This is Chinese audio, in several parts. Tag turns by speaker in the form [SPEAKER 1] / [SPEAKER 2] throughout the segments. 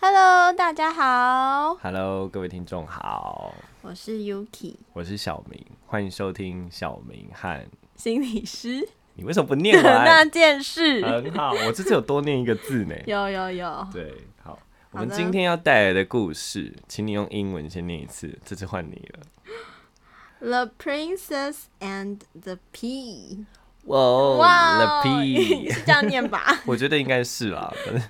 [SPEAKER 1] Hello，大家好，
[SPEAKER 2] Hello，各位听众好，
[SPEAKER 1] 我是 Yuki
[SPEAKER 2] 我是小明，欢迎收听小明和
[SPEAKER 1] 心理 师
[SPEAKER 2] 你为什么不念
[SPEAKER 1] 那
[SPEAKER 2] 完？
[SPEAKER 1] 件事。
[SPEAKER 2] 很好，我这次有多念一个 字呢。
[SPEAKER 1] 有有有，
[SPEAKER 2] 对，好，我
[SPEAKER 1] 好
[SPEAKER 2] 们
[SPEAKER 1] 的
[SPEAKER 2] 今天要带来的故事，请你用英文先念一次，这次换你了。
[SPEAKER 1] The Princess and the Pea。
[SPEAKER 2] 哇哦
[SPEAKER 1] 哇哦
[SPEAKER 2] l e
[SPEAKER 1] 是这样念 吧？
[SPEAKER 2] 我觉得应该是啦，反正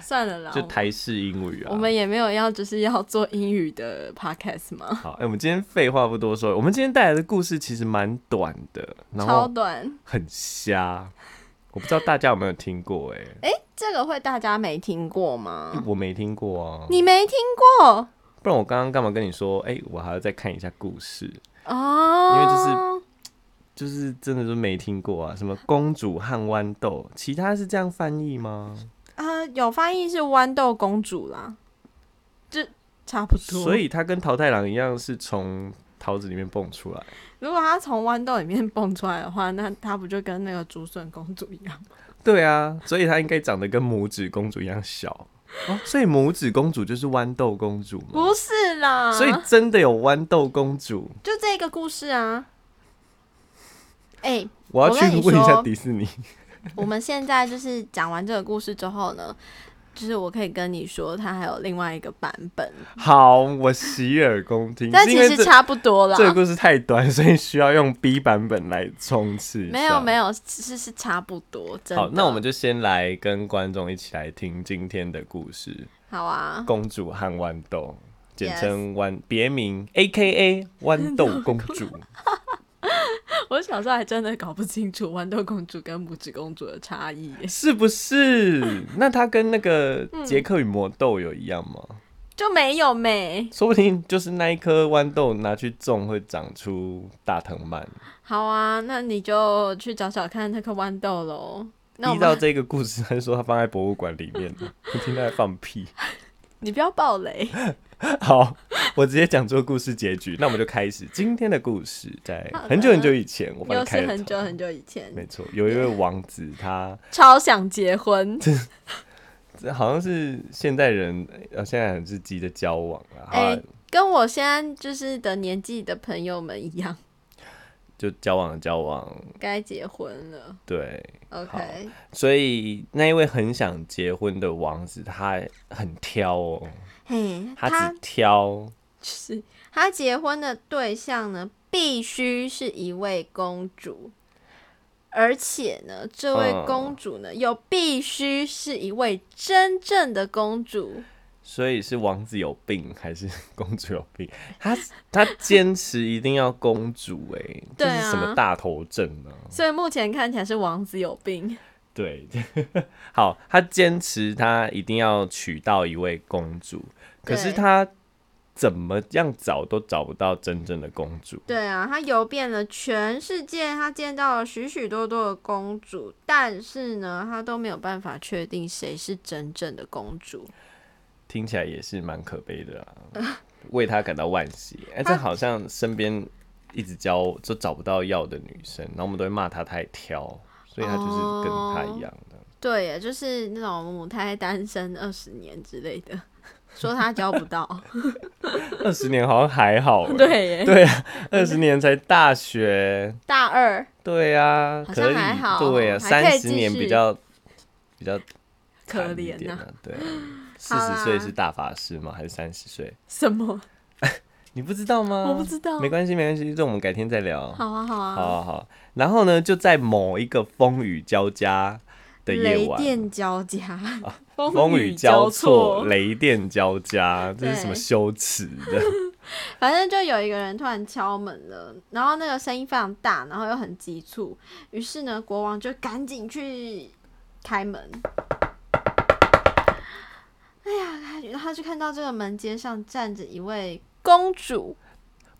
[SPEAKER 1] 算了啦，
[SPEAKER 2] 就台式英语啊。
[SPEAKER 1] 我们也没有要就是要做英语的 podcast 吗？
[SPEAKER 2] 好，哎、我们今天废话不多说，我们今天带来的故事其实蛮短的，然
[SPEAKER 1] 超
[SPEAKER 2] 后
[SPEAKER 1] 短，
[SPEAKER 2] 很瞎，我不知道大家有没有听过、哎。
[SPEAKER 1] 哎、这个会大家没听过吗？
[SPEAKER 2] 我没听过啊，
[SPEAKER 1] 你没听过
[SPEAKER 2] 不然我刚刚干嘛跟你说？哎、我还要再看一下故事，
[SPEAKER 1] 哦？
[SPEAKER 2] 因为就是就是真的是没听过啊。什么公主和豌豆，其他是这样翻译吗？
[SPEAKER 1] 呃，有翻译是豌豆公主啦，这差不多。
[SPEAKER 2] 所以它跟桃太郎一样，是从桃子里面蹦出来。
[SPEAKER 1] 如果她从豌豆里面蹦出来的话，那她不就跟那个竹笋公主一样吗？
[SPEAKER 2] 对啊，所以它应该长得跟拇指公主一样小。哦，所以拇指公主就是豌豆公主吗？
[SPEAKER 1] 不啊是啦，
[SPEAKER 2] 所以真的有豌豆公主，
[SPEAKER 1] 就这个故事啊。哎、
[SPEAKER 2] 我要
[SPEAKER 1] 我
[SPEAKER 2] 去
[SPEAKER 1] 跟你
[SPEAKER 2] 问一下
[SPEAKER 1] 说
[SPEAKER 2] 迪士尼。
[SPEAKER 1] 我们现在就是讲完这个故事之后呢，就是我可以跟你说，它还有另外一个版本，
[SPEAKER 2] 好，我洗耳恭听。
[SPEAKER 1] 但
[SPEAKER 2] 是因
[SPEAKER 1] 其
[SPEAKER 2] 为
[SPEAKER 1] 实啊
[SPEAKER 2] 这
[SPEAKER 1] 差不多啦
[SPEAKER 2] 这。个故事太短，所以需要用 B 版本来充斥。
[SPEAKER 1] 没有没。有，其实是差不多。真的
[SPEAKER 2] 啊好，那我们就先来跟观众一起来听今天的故事
[SPEAKER 1] 好啊。
[SPEAKER 2] 《公主和豌豆》，简
[SPEAKER 1] Yes
[SPEAKER 2] 称豌，别名 A K A 豌豆公主。
[SPEAKER 1] 我小时候还真的搞不清楚豌豆公主跟拇指公主的差异，
[SPEAKER 2] 是 不是？那它跟那个
[SPEAKER 1] 嗯
[SPEAKER 2] 《杰克与魔豆》有一样吗？
[SPEAKER 1] 就没有美。
[SPEAKER 2] 说不定就是那一颗豌豆拿去种，会长出大藤蔓。
[SPEAKER 1] 好啊，那你就去找找看那颗豌豆喽。那我
[SPEAKER 2] 依照
[SPEAKER 1] 们
[SPEAKER 2] 这个故事，他说他放在博物馆里面， 我听他在放屁。
[SPEAKER 1] 你不要暴雷。
[SPEAKER 2] 好，我直接讲出故事结局，那我们就开始今天的故事。在
[SPEAKER 1] 好的
[SPEAKER 2] 很久很久以 前，我帮
[SPEAKER 1] 又
[SPEAKER 2] 你开
[SPEAKER 1] 是
[SPEAKER 2] 了
[SPEAKER 1] 很
[SPEAKER 2] 头
[SPEAKER 1] 久很久以前，
[SPEAKER 2] 没错，有一位王子，他
[SPEAKER 1] 超想结婚。
[SPEAKER 2] 这好像是现代人，呃，现在很是急着交往了，好啊
[SPEAKER 1] 哎跟我现在就是的年纪的朋友们一样，
[SPEAKER 2] 就交往交往，
[SPEAKER 1] 该结婚了。
[SPEAKER 2] 对，
[SPEAKER 1] OK，
[SPEAKER 2] 所以那一位很想结婚的王子，他很挑哦，
[SPEAKER 1] 嘿，
[SPEAKER 2] 他
[SPEAKER 1] 他
[SPEAKER 2] 只挑
[SPEAKER 1] 就是他结婚的对象呢，必须是一位公主，而且呢，这位
[SPEAKER 2] 嗯
[SPEAKER 1] 公主呢，又必须是一位真正的公主。
[SPEAKER 2] 嗯所以是王子有病还是 公主有病？他他坚持一定要公主哎、这
[SPEAKER 1] 对
[SPEAKER 2] 是什
[SPEAKER 1] 啊
[SPEAKER 2] 么大头症呢、
[SPEAKER 1] 所以目前看起来是王子有病。
[SPEAKER 2] 对， 好，他坚持他一定要娶到一位公主，可是
[SPEAKER 1] 对
[SPEAKER 2] 他怎么样找都找不到真正的公主。
[SPEAKER 1] 对啊，他游遍了全世界，他见到了许许多多的公主，但是呢，他都没有办法确定谁是真正的公主。
[SPEAKER 2] 听起来也是蛮可悲的啊， 为他感到惋惜。哎、这好像身边一直交就找不到要的女生，然后我们都会骂他太挑，所以他就是跟他一样的。
[SPEAKER 1] 对耶，就是那种母胎单身二十年之类的， 说他交不到。
[SPEAKER 2] 二十、年好像 还好、欸，
[SPEAKER 1] 哦对耶，
[SPEAKER 2] 对啊，二十年才大学，
[SPEAKER 1] 大二
[SPEAKER 2] 对啊，
[SPEAKER 1] 好像
[SPEAKER 2] 可以
[SPEAKER 1] 还好，
[SPEAKER 2] 对啊，
[SPEAKER 1] 还可以
[SPEAKER 2] 三
[SPEAKER 1] 继
[SPEAKER 2] 十
[SPEAKER 1] 续
[SPEAKER 2] 年比较比较
[SPEAKER 1] 可
[SPEAKER 2] 惨一
[SPEAKER 1] 怜
[SPEAKER 2] 点
[SPEAKER 1] 呐、
[SPEAKER 2] 啊， 对啊，四
[SPEAKER 1] 好啦
[SPEAKER 2] 十岁是大法师吗？还是三十岁？
[SPEAKER 1] 什么？
[SPEAKER 2] 你不知道吗？
[SPEAKER 1] 我不知道
[SPEAKER 2] 嗯没关系，没关系，这我们改天再聊。
[SPEAKER 1] 好啊，好啊，
[SPEAKER 2] 好好好，然后呢，就在某一个风雨交加的夜
[SPEAKER 1] 雷
[SPEAKER 2] 晚，啊
[SPEAKER 1] 电交加，
[SPEAKER 2] 风雨交错，
[SPEAKER 1] 错，
[SPEAKER 2] 雷电 交加，这
[SPEAKER 1] 对
[SPEAKER 2] 是什么羞耻的？
[SPEAKER 1] 反正就有一个人突然敲门了，然后那个声音非常大，然后又很急促，于是呢，国王就赶紧去开门。哎呀，他他就看到这个门街上站着一位公主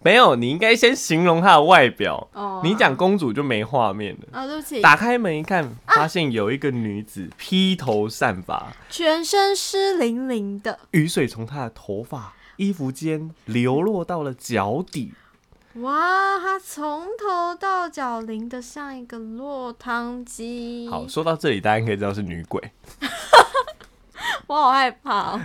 [SPEAKER 2] 没有，你应该先形容她的外表。
[SPEAKER 1] 哦，
[SPEAKER 2] 你讲公主就没画面了。
[SPEAKER 1] 啊、对不起，
[SPEAKER 2] 打开门一看，发现有一个女子披头散发，
[SPEAKER 1] 全身湿淋淋的，
[SPEAKER 2] 雨水从她的头发、衣服间流落到了脚底。
[SPEAKER 1] 哇，她从头到脚淋得像一个落汤鸡，
[SPEAKER 2] 好，说到这里，大家应该知道是女鬼。
[SPEAKER 1] 我好害怕、哦。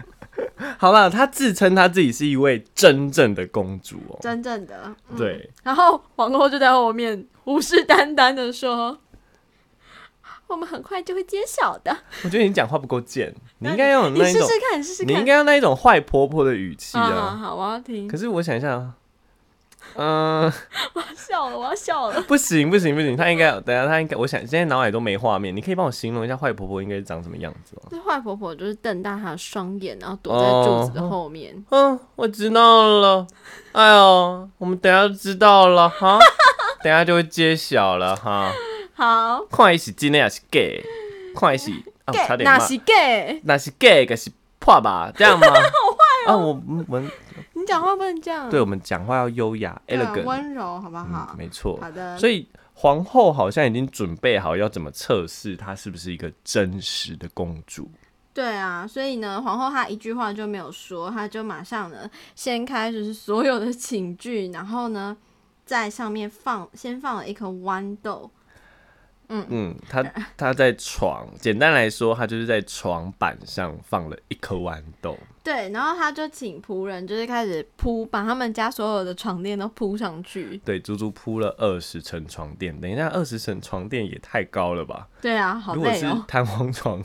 [SPEAKER 2] 好了，她自称她自己是一位真正的公主哦、
[SPEAKER 1] 真正的。嗯、
[SPEAKER 2] 对，
[SPEAKER 1] 然后皇后就在后面虎视眈眈的说：“我们很快就会揭晓的。
[SPEAKER 2] 我觉得你讲话不够贱，你
[SPEAKER 1] 那
[SPEAKER 2] 应该要有
[SPEAKER 1] 你
[SPEAKER 2] 嗯那一
[SPEAKER 1] 试
[SPEAKER 2] 种，
[SPEAKER 1] 试看，试试
[SPEAKER 2] 你应
[SPEAKER 1] 看。
[SPEAKER 2] 该要那一种坏婆婆的语气
[SPEAKER 1] 好好
[SPEAKER 2] 啊。
[SPEAKER 1] 好，我要听。
[SPEAKER 2] 可是我想一下啊，嗯、
[SPEAKER 1] 我要笑了，我要笑了。
[SPEAKER 2] 不行不行不行，她应该等一下她应该，我想现在脑海都没画面，你可以帮我形容一下坏婆婆应该是长什么样子哦吗？
[SPEAKER 1] 这坏婆婆就是瞪大她的双眼，然后躲在柱子的后面。
[SPEAKER 2] 嗯，我知道了。哎呦，我们等一下就知道了哈， 等一下就会揭晓了哈。
[SPEAKER 1] 好，
[SPEAKER 2] 看伊是真的还是假的，看伊是啊，我差点
[SPEAKER 1] 那
[SPEAKER 2] 骂
[SPEAKER 1] 是 gay，
[SPEAKER 2] 那是假的，是破吧，这 样吗？啊，我们我们
[SPEAKER 1] 你讲话不能这样。
[SPEAKER 2] 对我们讲话要优雅
[SPEAKER 1] 对啊
[SPEAKER 2] elegant，
[SPEAKER 1] 温柔，好不
[SPEAKER 2] 嗯
[SPEAKER 1] 好，？
[SPEAKER 2] 没错。
[SPEAKER 1] 好的。
[SPEAKER 2] 所以皇后好像已经准备好要怎么测试她是不是一个真实的公主。
[SPEAKER 1] 对啊，所以呢，皇后她一句话就没有说，她就马上呢，先开始是所有的寝具，然后呢，在上面放，先放了一颗豌豆，
[SPEAKER 2] 嗯， 她她在床，简单来说，她就是在床板上放了一颗豌豆。
[SPEAKER 1] 对，然后她就请仆人就是开始铺，把他们家所有的床垫都铺上去。
[SPEAKER 2] 对，足足铺了二十层床垫。等一下，二十层床垫也太高了吧？
[SPEAKER 1] 对啊，好
[SPEAKER 2] 如果
[SPEAKER 1] 累
[SPEAKER 2] 是
[SPEAKER 1] 哦，
[SPEAKER 2] 弹簧床，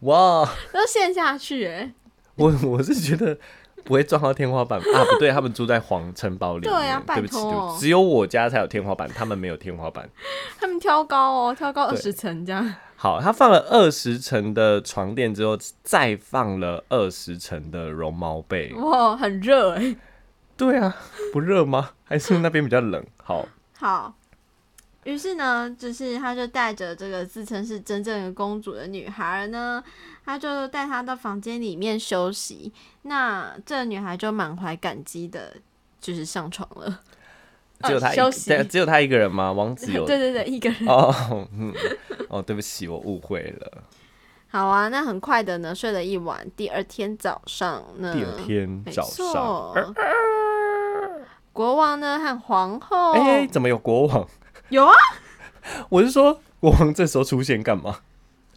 [SPEAKER 2] 哇，
[SPEAKER 1] 都陷下去哎。
[SPEAKER 2] 我我是觉得不会撞到天花板啊，不对，他们住在皇城堡里面，
[SPEAKER 1] 对啊拜
[SPEAKER 2] 对不起，对
[SPEAKER 1] 托
[SPEAKER 2] 不起，只有我家才有天花板，他们没有天花板。
[SPEAKER 1] 他们挑高哦，挑高二
[SPEAKER 2] 对
[SPEAKER 1] 十层这样。
[SPEAKER 2] 好，他放了二十层的床垫之后，再放了二十层的绒毛被。
[SPEAKER 1] 哇，很热哎。
[SPEAKER 2] 对啊，不热吗？还是那边比较冷？好，
[SPEAKER 1] 好，于是呢，就是她就带着这个自称是真正的公主的女孩呢，她就带她到房间里面休息。那这个女孩就满怀感激的，就是上床了。
[SPEAKER 2] 只有他一、
[SPEAKER 1] 呃休息
[SPEAKER 2] 对只有他一个人吗？王子
[SPEAKER 1] 对
[SPEAKER 2] 有
[SPEAKER 1] 对对，一个人。
[SPEAKER 2] 哦，嗯，哦，对不起，我误会了。
[SPEAKER 1] 好啊，那很快的呢，睡了一晚。第二天早上呢，
[SPEAKER 2] 第二天
[SPEAKER 1] 嗯没
[SPEAKER 2] 早上，哎
[SPEAKER 1] 错，国王呢和皇后，
[SPEAKER 2] 哎、怎么有国王？
[SPEAKER 1] 哦 有啊，
[SPEAKER 2] 我是说，国王这时候出现干嘛？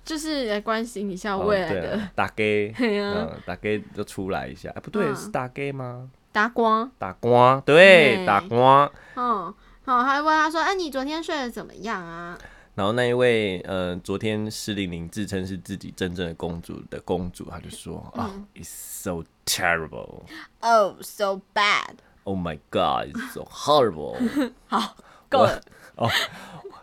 [SPEAKER 1] 就是来关心一下
[SPEAKER 2] 哦
[SPEAKER 1] 未来
[SPEAKER 2] 对
[SPEAKER 1] 的，
[SPEAKER 2] 啊打 gay，
[SPEAKER 1] 对啊，
[SPEAKER 2] 嗯，打 gay 就出来一下。哎、不对，
[SPEAKER 1] 嗯
[SPEAKER 2] 是打 gay 吗？
[SPEAKER 1] 打光。
[SPEAKER 2] 打光，对，
[SPEAKER 1] 对
[SPEAKER 2] 打光。
[SPEAKER 1] 嗯，好，还问他说：“哎、你昨天睡得怎么样啊
[SPEAKER 2] 然后那一位，呃，昨天施玲玲自称是自己真正的公主的公主，她就说
[SPEAKER 1] 嗯
[SPEAKER 2] 啊、i t s so terrible,
[SPEAKER 1] ？”Oh, so bad。
[SPEAKER 2] oh my god, it's so horrible，
[SPEAKER 1] 好，够了。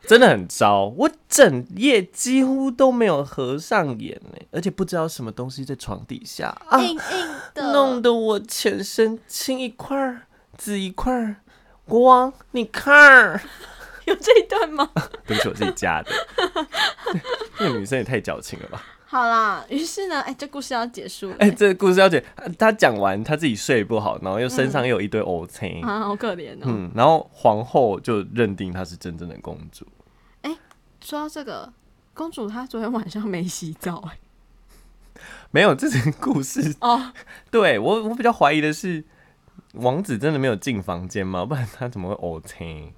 [SPEAKER 2] 真的很糟，我整夜几乎都没有合上眼呢，而且不知道什么东西在床底下啊，
[SPEAKER 1] 硬硬的，
[SPEAKER 2] 弄得我全身青一块儿紫一块儿，国王你看儿，
[SPEAKER 1] 有这一段吗？
[SPEAKER 2] 对不起，我自己加 的，这个女生也太矫情了吧。
[SPEAKER 1] 好啦，于是呢，哎、 这故事要结束了、
[SPEAKER 2] 哎、这个故事要讲，他讲完他自己睡不好，然后又身上又有一堆 O C，嗯
[SPEAKER 1] 啊，好可怜哦、
[SPEAKER 2] 然后皇后就认定她是真正的公主。
[SPEAKER 1] 说到这个，公主她昨天晚上没洗澡、哎，
[SPEAKER 2] 没有，这是故事。
[SPEAKER 1] 哦，
[SPEAKER 2] 对我，我比较怀疑的是，王子真的没有进房间吗？不然他怎么会 O C？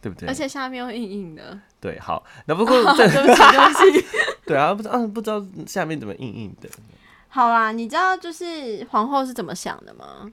[SPEAKER 2] 对不对
[SPEAKER 1] 而？且下面又硬硬的，
[SPEAKER 2] 对，好，那不过这、
[SPEAKER 1] 对不起，对不起。
[SPEAKER 2] 对啊，不知道、啊、不知道下面怎么硬硬的。
[SPEAKER 1] 好啦，你知道就是皇后是怎么想的吗？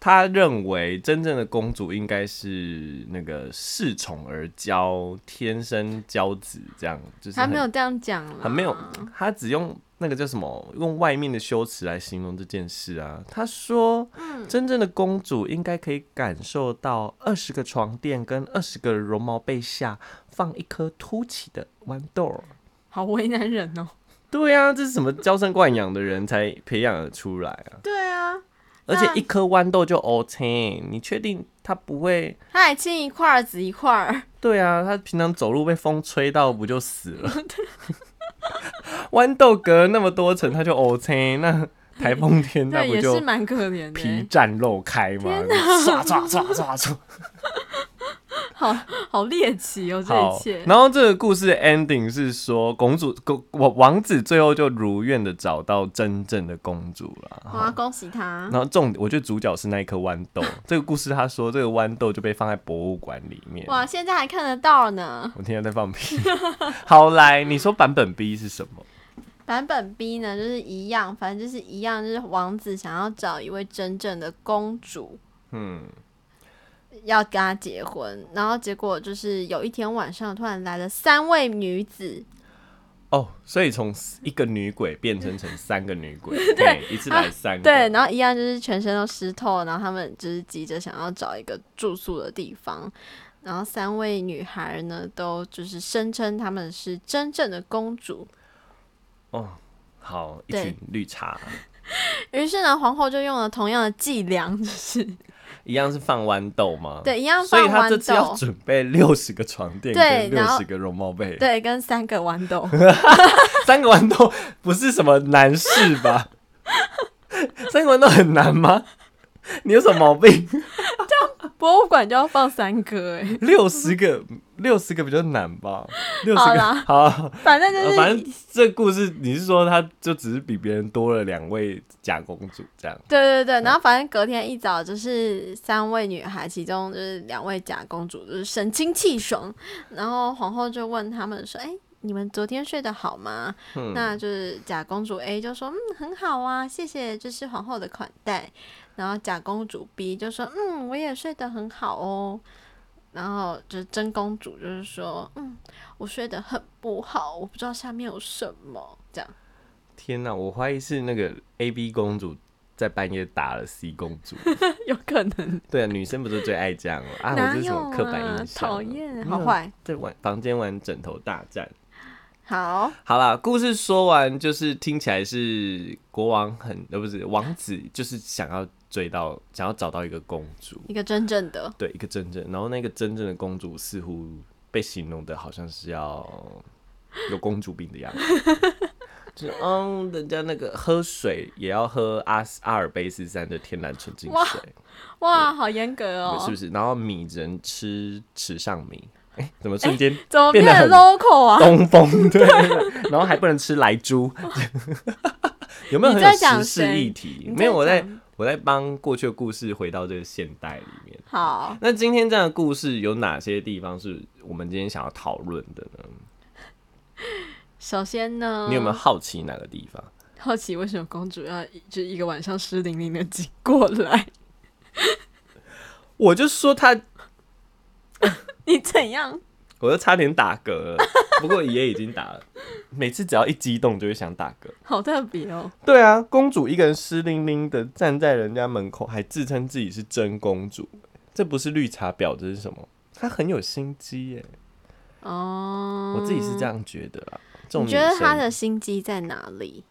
[SPEAKER 2] 他认为真正的公主应该是那个恃宠而骄，天生骄子，这样就是
[SPEAKER 1] 她
[SPEAKER 2] 很
[SPEAKER 1] 没有这样讲啦，
[SPEAKER 2] 很没有，他只用那个叫什么，用外面的修辞来形容这件事啊。他说，真正的公主应该可以感受到二十个床垫跟二十个绒毛被下放一颗凸起的豌豆。
[SPEAKER 1] 好为难人哦、
[SPEAKER 2] 对啊，这是什么娇生惯养的人才培养得出来啊！
[SPEAKER 1] 对啊，
[SPEAKER 2] 而且一颗豌豆就 OK，你确定他不会？
[SPEAKER 1] 她还青一块儿紫一块儿。
[SPEAKER 2] 对啊，他平常走路被风吹到不就死了？豌豆隔那么多层，他就 OK，那台风天那
[SPEAKER 1] 对，
[SPEAKER 2] 不
[SPEAKER 1] 也
[SPEAKER 2] 就是
[SPEAKER 1] 蛮可怜的
[SPEAKER 2] 皮
[SPEAKER 1] 欸，
[SPEAKER 2] 绽肉开吗？唰唰唰 唰唰，
[SPEAKER 1] 好 猎奇哦，这一
[SPEAKER 2] 好
[SPEAKER 1] 切。。
[SPEAKER 2] 然后这个故事的 ending 是说，公主公王王子最后就如愿的找到真正的公主了。
[SPEAKER 1] 哇，
[SPEAKER 2] 好
[SPEAKER 1] 恭喜他！
[SPEAKER 2] 然后重点，我觉得主角是那一颗豌 豆。这个故事他说，这个豌豆就被放在博物馆里面。
[SPEAKER 1] 哇，现在还看得到呢。
[SPEAKER 2] 我天天在放屁。好来，你说版本 B 是什么？
[SPEAKER 1] 版本 B 呢，就是一样，反正就是一样，就是王子想要找一位真正的公主，
[SPEAKER 2] 嗯，
[SPEAKER 1] 要跟他结婚，然后结果就是有一天晚上突然来了三位女子，
[SPEAKER 2] 哦，所以从一个女鬼变成成三个女 鬼，对，一次来三个，
[SPEAKER 1] 啊对，然后一样就是全身都湿透，然后他们就是急着想要找一个住宿的地方，然后三位女孩呢都就是声称她们是真正的公主，
[SPEAKER 2] 哦，好，一
[SPEAKER 1] 对
[SPEAKER 2] 群绿茶，
[SPEAKER 1] 于是呢皇后就用了同样的伎俩，就是
[SPEAKER 2] 一样是放豌豆吗？，
[SPEAKER 1] 对一样
[SPEAKER 2] 哦所以
[SPEAKER 1] 放
[SPEAKER 2] 他这
[SPEAKER 1] 豌
[SPEAKER 2] 次要
[SPEAKER 1] 豆，
[SPEAKER 2] 准备六十个床垫
[SPEAKER 1] 对
[SPEAKER 2] 跟
[SPEAKER 1] 然
[SPEAKER 2] 六
[SPEAKER 1] 后
[SPEAKER 2] 十个绒毛被，
[SPEAKER 1] 对，跟三个豌豆。
[SPEAKER 2] 三个豌豆不是什么难事吧？ 三个豌豆很难吗？你有什么毛 病？
[SPEAKER 1] 博物馆就要放三颗哎、
[SPEAKER 2] 六十个，六十个比较难吧？六十
[SPEAKER 1] 好
[SPEAKER 2] 个
[SPEAKER 1] 啦，
[SPEAKER 2] 好，
[SPEAKER 1] 反正就
[SPEAKER 2] 呃
[SPEAKER 1] 是、
[SPEAKER 2] 反正这故事你是说他就只是比别人多了两位假公主这样？
[SPEAKER 1] 对对对，然后反正隔天一早就是三位女孩，其中就是两位假公主，就是神清气爽。然后皇后就问他们说：“哎、你们昨天睡得好吗？”
[SPEAKER 2] 嗯
[SPEAKER 1] 那就是假公主 A 就说：“嗯，很好啊，谢谢，这是皇后的款待。”然后假公主 B 就说：“嗯，我也睡得很好哦。”然后就是真公主就是说：“嗯，我睡得很不好，我不知道下面有什么。”这 样。
[SPEAKER 2] 天哪、我怀疑是那个 A B 公主在半夜打了 C 公 主。
[SPEAKER 1] 有可能
[SPEAKER 2] 对啊，女生不是最爱这样了 啊？我
[SPEAKER 1] 哪
[SPEAKER 2] 这是什
[SPEAKER 1] 有
[SPEAKER 2] 么刻板
[SPEAKER 1] 啊
[SPEAKER 2] 印象？嗯
[SPEAKER 1] 讨厌啊，
[SPEAKER 2] 没
[SPEAKER 1] 好
[SPEAKER 2] 有
[SPEAKER 1] 坏。
[SPEAKER 2] 在玩房间玩枕头大战。
[SPEAKER 1] 好，
[SPEAKER 2] 好啦，故事说完，就是听起来是国王很呃不是王子，就是想要追到想要找到一个公主，
[SPEAKER 1] 一个真正的
[SPEAKER 2] 对一个真正，然后那个真正的公主似乎被形容的好像是要有公主病的样子， 就是嗯，人家那个喝水也要喝阿斯阿尔卑斯山的天然纯净
[SPEAKER 1] 哇
[SPEAKER 2] 水，
[SPEAKER 1] 哇，好严格哦，
[SPEAKER 2] 是不是？然后米人吃池上米，哎、怎么瞬间
[SPEAKER 1] 怎么
[SPEAKER 2] 变
[SPEAKER 1] 变
[SPEAKER 2] 得
[SPEAKER 1] 得
[SPEAKER 2] 很
[SPEAKER 1] local 啊？
[SPEAKER 2] 东风 对，然后还不能吃莱猪， 有没有
[SPEAKER 1] 你
[SPEAKER 2] 很
[SPEAKER 1] 在
[SPEAKER 2] 有
[SPEAKER 1] 讲
[SPEAKER 2] 时事
[SPEAKER 1] 谁
[SPEAKER 2] 议题？
[SPEAKER 1] 你
[SPEAKER 2] 没有，
[SPEAKER 1] 在
[SPEAKER 2] 我在
[SPEAKER 1] 讲
[SPEAKER 2] 我在帮过去的故事回到这个现代里面。
[SPEAKER 1] 好，
[SPEAKER 2] 那今天这样的故事有哪些地方是我们今天想要讨论的呢？
[SPEAKER 1] 首先呢，
[SPEAKER 2] 你有没有好奇哪个地方？
[SPEAKER 1] 好奇为什么公主要一就一个晚上湿淋淋的挤过来？
[SPEAKER 2] 我就说他，
[SPEAKER 1] 你怎样？
[SPEAKER 2] 我就差点打嗝了， 不过也已经打了。每次只要一激动就会想打嗝。
[SPEAKER 1] 好特别哦，
[SPEAKER 2] 对啊，公主一个人湿淋淋的站在人家门口，还自称自己是真公主，这不是绿茶婊，这是什么？她很有心机耶、
[SPEAKER 1] 哦，
[SPEAKER 2] 我自己是这样觉得啊。这种
[SPEAKER 1] 你
[SPEAKER 2] 女
[SPEAKER 1] 觉得她
[SPEAKER 2] 生
[SPEAKER 1] 的心机在哪里？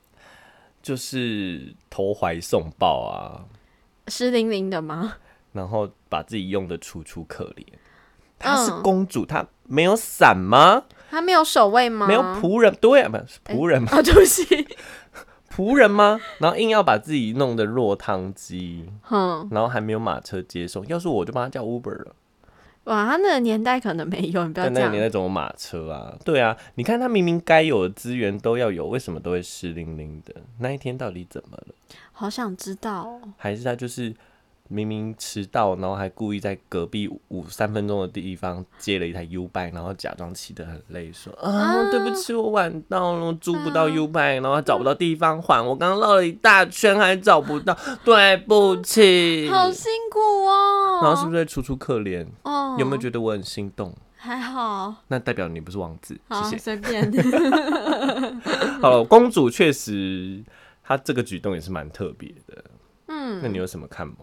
[SPEAKER 2] 就是投怀送抱啊，
[SPEAKER 1] 湿淋淋的吗？
[SPEAKER 2] 然后把自己用的楚楚可怜。她是
[SPEAKER 1] 嗯
[SPEAKER 2] 公主，她没有伞吗？
[SPEAKER 1] 她没有守卫吗？
[SPEAKER 2] 没有仆人，对啊，没有是仆人吗？
[SPEAKER 1] 啊，对不起，
[SPEAKER 2] 仆人吗？然后硬要把自己弄得落汤鸡，
[SPEAKER 1] 哼，
[SPEAKER 2] 然后还没有马车接送。要是我就帮她叫 Uber 了。
[SPEAKER 1] 哇，她那个年代可能没有，你不要
[SPEAKER 2] 在
[SPEAKER 1] 这
[SPEAKER 2] 那个
[SPEAKER 1] 样
[SPEAKER 2] 年。代怎么马车啊？对啊，你看他明明该有的资源都要有，为什么都会湿淋淋的？那一天到底怎么了？
[SPEAKER 1] 好想知道、哦，
[SPEAKER 2] 还是他就是明明迟到，然后还故意在隔壁五三分钟的地方接了一台 U bike，然后假装骑得很累，说啊对不起，我晚到了，我租不
[SPEAKER 1] 啊
[SPEAKER 2] 到 U bike，然后还找不到地方还，我刚刚绕了一大圈还找不到，对不起。
[SPEAKER 1] 好辛苦哦。
[SPEAKER 2] 然后是不是在楚楚可怜？
[SPEAKER 1] 哦，
[SPEAKER 2] 有没有觉得我很心动？
[SPEAKER 1] 还好？
[SPEAKER 2] 那代表你不是王子，谢
[SPEAKER 1] 好，
[SPEAKER 2] 谢。
[SPEAKER 1] 随便。
[SPEAKER 2] 好了，公主确实，她这个举动也是蛮特别的。那
[SPEAKER 1] 嗯，
[SPEAKER 2] 你有什么看吗？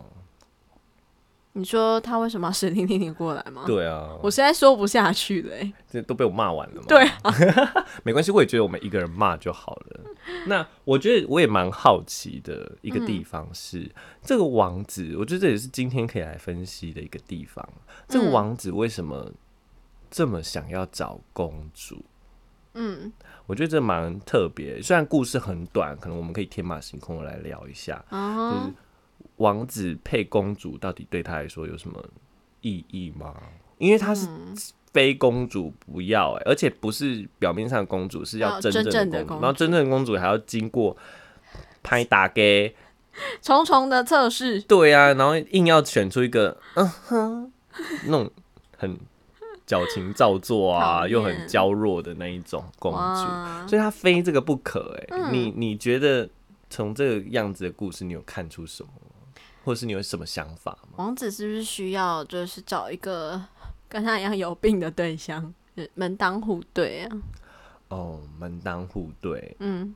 [SPEAKER 1] 你说他为什么要湿淋淋地过来吗？
[SPEAKER 2] 对啊，
[SPEAKER 1] 我现在说不下去了、欸。
[SPEAKER 2] 这都被我骂完了嘛。
[SPEAKER 1] 对，啊
[SPEAKER 2] 没关系，我也觉得我们一个人骂就好 了。那我觉得我也蛮好奇的一
[SPEAKER 1] 嗯
[SPEAKER 2] 个地方是，这个王子，我觉得这也是今天可以来分析的一个地方。这个
[SPEAKER 1] 嗯
[SPEAKER 2] 王子为什么这么想要找公主？
[SPEAKER 1] 嗯，
[SPEAKER 2] 我觉得这蛮特别，虽然故事很短，可能我们可以天马行空的来聊一下。
[SPEAKER 1] 哦、
[SPEAKER 2] 就是王子配公主到底对他来说有什么意义吗？因为他是
[SPEAKER 1] 嗯
[SPEAKER 2] 非公主不要、欸，而且不是表面上的公主，是要
[SPEAKER 1] 哦
[SPEAKER 2] 真正
[SPEAKER 1] 真正的
[SPEAKER 2] 的
[SPEAKER 1] 公
[SPEAKER 2] 公
[SPEAKER 1] 主
[SPEAKER 2] 然后真正的公主还要经过拍打给，
[SPEAKER 1] 重重的测试，
[SPEAKER 2] 对啊，然后硬要选出一个嗯哼那种很矫情造
[SPEAKER 1] 讨
[SPEAKER 2] 作啊，
[SPEAKER 1] 厌
[SPEAKER 2] 又很娇弱的那一种公主，
[SPEAKER 1] 哇，
[SPEAKER 2] 所以她非这个不可、欸。哎、
[SPEAKER 1] 嗯
[SPEAKER 2] 你你觉得从这个样子的故事，你有看出什么吗，或是你有什么想法吗？
[SPEAKER 1] 王子是不是需要就是找一个跟他一样有病的对象，呃门当户对啊？
[SPEAKER 2] 哦，门当户对，
[SPEAKER 1] 嗯，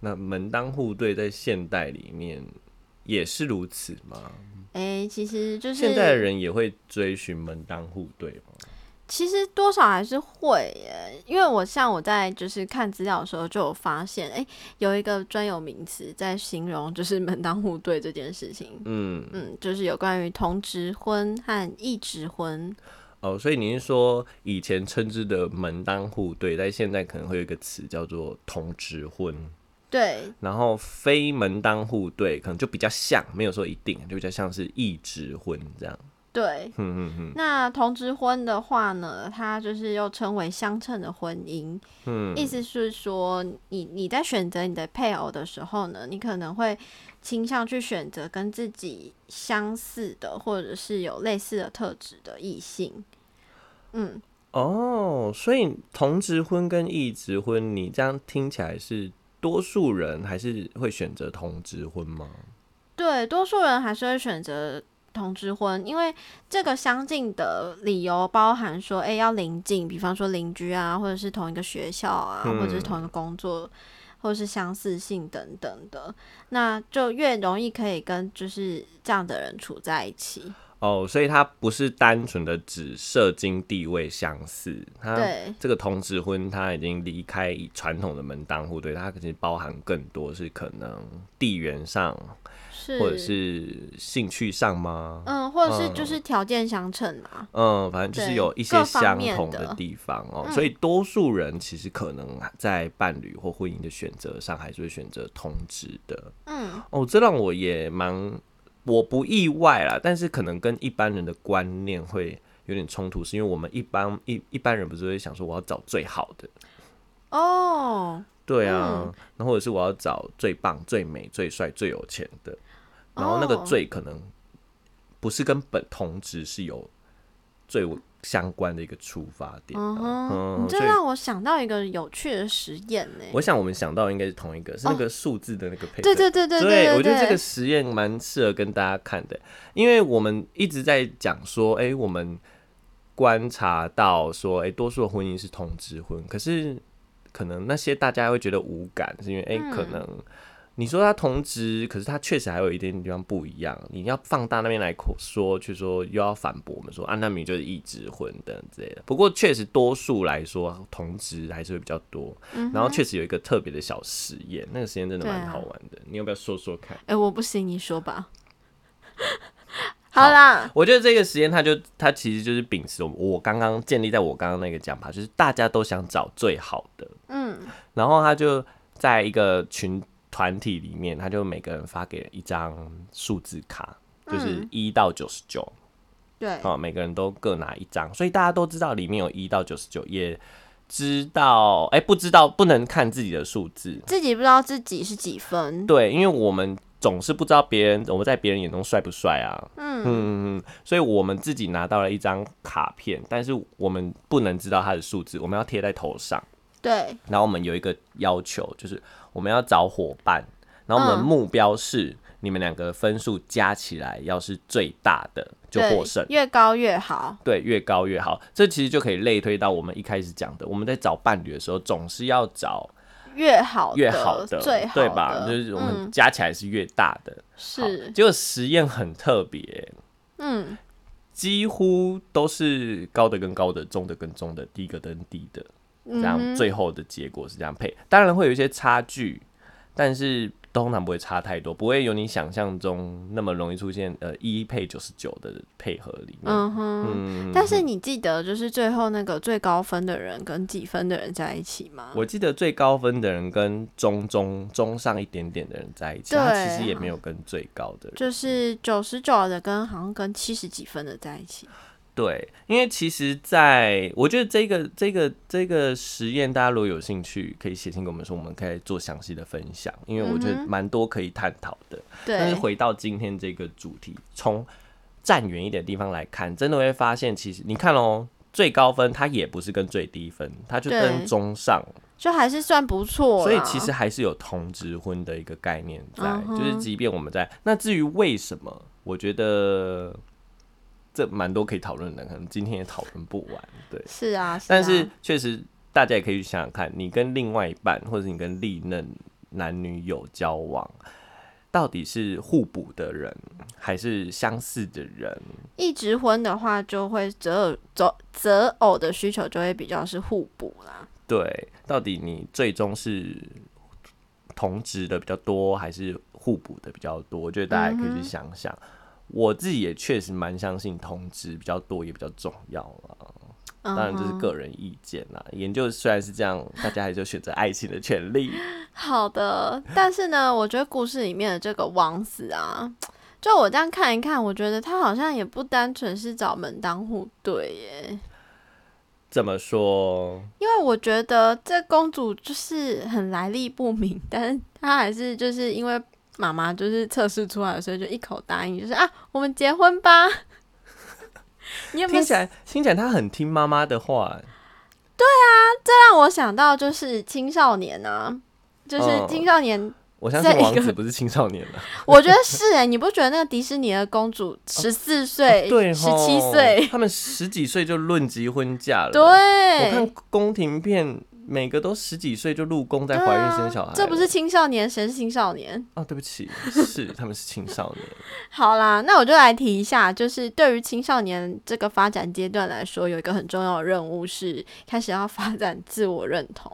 [SPEAKER 2] 那门当户对在现代里面也是如此吗？
[SPEAKER 1] 诶，其实就是
[SPEAKER 2] 现代的人也会追寻门当户对吗？
[SPEAKER 1] 其实多少还是会耶，因为我像我在就是看资料的时候就有发现，诶，有一个专有名词在形容就是门当户对这件事情。
[SPEAKER 2] 嗯，
[SPEAKER 1] 嗯，就是有关于同职婚和异职婚，
[SPEAKER 2] 哦，所以你是说以前称之的门当户对，但现在可能会有一个词叫做同质婚，
[SPEAKER 1] 对
[SPEAKER 2] 然后非门当户对可能就比较像，没有说一定，就比较像是异质婚这样。
[SPEAKER 1] 对。
[SPEAKER 2] 嗯嗯嗯，
[SPEAKER 1] 那同职婚的话呢，它就是又称为相称的婚姻，
[SPEAKER 2] 嗯，
[SPEAKER 1] 意思是说，你你在选择你的配偶的时候呢，你可能会倾向去选择跟自己相似的，或者是有类似的特质的异性。嗯，
[SPEAKER 2] 哦，所以同质婚跟异质婚，你这样听起来是多数人还是会选择同质婚吗？
[SPEAKER 1] 对，多数人还是会选择同志婚，因为这个相近的理由包含说，诶，要邻近，比方说邻居啊，或者是同一个学校啊，或
[SPEAKER 2] 嗯
[SPEAKER 1] 者是同一个工作，或者是相似性等等的，那就越容易可以跟就是这样的人处在一起。
[SPEAKER 2] 哦，所以它不是单纯的指社经地位相似，它
[SPEAKER 1] 对
[SPEAKER 2] 这个同质婚，它已经离开以传统的门当户对，它其实包含更多是可能地缘上
[SPEAKER 1] 是，
[SPEAKER 2] 或者是兴趣上吗？
[SPEAKER 1] 嗯，或者是
[SPEAKER 2] 嗯
[SPEAKER 1] 就是条件相称嘛。
[SPEAKER 2] 嗯，反正就是
[SPEAKER 1] 对
[SPEAKER 2] 有一
[SPEAKER 1] 各
[SPEAKER 2] 些
[SPEAKER 1] 方
[SPEAKER 2] 相
[SPEAKER 1] 面
[SPEAKER 2] 同
[SPEAKER 1] 的嗯
[SPEAKER 2] 的地方哦，所以多数人其实可能在伴侣或婚姻的选择上，还是会选择同质的
[SPEAKER 1] 嗯，
[SPEAKER 2] 哦。这让我也蛮我不意外啦，但是可能跟一般人的观念会有点冲突，是因为我们一般一一般人不是会想说我要找最好的，
[SPEAKER 1] 哦，
[SPEAKER 2] 对啊，然后或者是我要找最棒、最美、最帅、最有钱的，然后那个
[SPEAKER 1] 哦
[SPEAKER 2] 最可能不是跟本同值是有最相关的一个出发点
[SPEAKER 1] 嗯
[SPEAKER 2] 啊、
[SPEAKER 1] 哼，你这
[SPEAKER 2] 所以
[SPEAKER 1] 让我想到一个有趣的实验呢、
[SPEAKER 2] 我想我们想到应该是同一个，是那个数字的那个配对。
[SPEAKER 1] 哦对对对对
[SPEAKER 2] 对
[SPEAKER 1] 对，
[SPEAKER 2] 我觉得这
[SPEAKER 1] 对
[SPEAKER 2] 个实验蛮适合跟大家看的，因为我们一直在讲说，哎、我们观察到说，哎、多数的婚姻是同质婚，可是可能那些大家会觉得无感，是因为哎、
[SPEAKER 1] 嗯
[SPEAKER 2] 诶可能你说它同质，可是它确实还有一点地方不一样，你要放大那边来口说，去说又要反驳我们说，啊，那明明就是异质婚等等之类的。不过确实多数来说，同质还是会比较多，然后确实有一个特别的小实验，那个实验真
[SPEAKER 1] 啊
[SPEAKER 2] 的
[SPEAKER 1] 对啊
[SPEAKER 2] 蛮好玩的，你要不要说说看？
[SPEAKER 1] 哎、我不行，你说吧。
[SPEAKER 2] 好
[SPEAKER 1] 好啦，
[SPEAKER 2] 我觉得这个实验，它就它其实就是秉持我我刚刚建立在我刚刚那个讲法，就是大家都想找最好的，
[SPEAKER 1] 嗯，
[SPEAKER 2] 然后他就在一个群团体里面，他就每个人发给一张数字卡，就是一到九十九，
[SPEAKER 1] 对，
[SPEAKER 2] 好，每个人都各拿一张，所以大家都知道里面有一到九十九，也知道，哎、不知道不能看自己的数字，
[SPEAKER 1] 自己不知道自己是几分，
[SPEAKER 2] 对，因为我们总是不知道别人我们在别人眼中帅不帅啊，嗯嗯嗯，所以我们自己拿到了一张卡片，但是我们不能知道它的数字，我们要贴在头上。
[SPEAKER 1] 对，
[SPEAKER 2] 然后我们有一个要求，就是我们要找伙伴，然后我们
[SPEAKER 1] 嗯
[SPEAKER 2] 目标是你们两个的分数加起来要是最大的就
[SPEAKER 1] 对
[SPEAKER 2] 获胜。
[SPEAKER 1] 越高越好。
[SPEAKER 2] 对，越高越好。这其实就可以类推到我们一开始讲的，我们在找伴侣的时候，总是要找
[SPEAKER 1] 越好
[SPEAKER 2] 越好的，
[SPEAKER 1] 最好的，
[SPEAKER 2] 对吧？就是我们
[SPEAKER 1] 嗯、
[SPEAKER 2] 加起来是越大的。好
[SPEAKER 1] 是，
[SPEAKER 2] 结果实验很特别、
[SPEAKER 1] 嗯，
[SPEAKER 2] 几乎都是高的跟高的，中的跟中的，低的跟低的，这样、
[SPEAKER 1] 嗯哼
[SPEAKER 2] 最后的结果是这样配。当然会有一些差距，但是通常不会差太多，不会有你想象中那么容易出现呃一配九十九的配合里面。
[SPEAKER 1] 嗯哼，但是你记得就是最后那个最高分的人跟几分的人在一起吗？
[SPEAKER 2] 我记得最高分的人跟中中中上一点点的人在一起，他
[SPEAKER 1] 对
[SPEAKER 2] 其实也没有跟最高的人。
[SPEAKER 1] 就是九十九的跟好像跟七十几分的在一起，
[SPEAKER 2] 对，因为其实在我觉得这个这个这个实验，大家如果有兴趣，可以写信跟我们说，我们可以做详细的分享，因为我觉
[SPEAKER 1] 嗯
[SPEAKER 2] 得
[SPEAKER 1] 哼
[SPEAKER 2] 蛮多可以探讨的。但是
[SPEAKER 1] 对，
[SPEAKER 2] 回到今天这个主题，从站远一点的地方来看，真的会发现，其实你看哦，最高分他也不是跟最低分，他就跟
[SPEAKER 1] 对
[SPEAKER 2] 中上，
[SPEAKER 1] 就还是算不错啦。
[SPEAKER 2] 所以其实还是有同质婚的一个概念在，
[SPEAKER 1] 嗯哼
[SPEAKER 2] 就是即便我们在那至于为什么，我觉得这蛮多可以讨论的，可能今天也讨论不完，对。
[SPEAKER 1] 是啊，
[SPEAKER 2] 但
[SPEAKER 1] 是
[SPEAKER 2] 是
[SPEAKER 1] 啊
[SPEAKER 2] 确实，大家也可以去想想看，你跟另外一半，或者你跟历任男女友交往，到底是互补的人，还是相似的人？
[SPEAKER 1] 一直婚的话，就会择偶择择偶的需求就会比较是互补啦。
[SPEAKER 2] 对，到底你最终是同值的比较多，还是互补的比较多？我觉得大家也可以去想想。我自己也确实蛮相信同值比较多也比较重要了，
[SPEAKER 1] 嗯
[SPEAKER 2] 当
[SPEAKER 1] 哼，
[SPEAKER 2] 然这是个人意见啦。研究虽然是这样，大家还是有选择爱情的权利。
[SPEAKER 1] 好的，但是呢，我觉得故事里面的这个王子啊，就我这样看一看，我觉得他好像也不单纯是找门当户对耶，
[SPEAKER 2] 这么说，
[SPEAKER 1] 因为我觉得这公主就是很来历不明，但是她还是就是因为妈妈就是测试出来，所以就一口答应，就是啊，我们结婚吧。 你有没有
[SPEAKER 2] 听起来听起来他很听妈妈的话，
[SPEAKER 1] 让我想到就是青少年啊，就是
[SPEAKER 2] 嗯
[SPEAKER 1] 青少年，
[SPEAKER 2] 我相信
[SPEAKER 1] 在一
[SPEAKER 2] 王
[SPEAKER 1] 个
[SPEAKER 2] 子不是青少年了，
[SPEAKER 1] 我觉得是哎、你不觉得那个迪士尼的公主十四岁、
[SPEAKER 2] 啊对，
[SPEAKER 1] 十七岁，
[SPEAKER 2] 他们十几岁就论及婚嫁了。
[SPEAKER 1] 对，哎
[SPEAKER 2] 我看宫廷片，每个都十几岁就入宫在怀孕生小孩了、
[SPEAKER 1] 啊这不是青少年，谁是青少年？
[SPEAKER 2] 啊？对不起，是 他们是青少年。
[SPEAKER 1] 好啦，那我就来提一下，就是对于青少年这个发展阶段来说，有一个很重要的任务是开始要发展自我认同。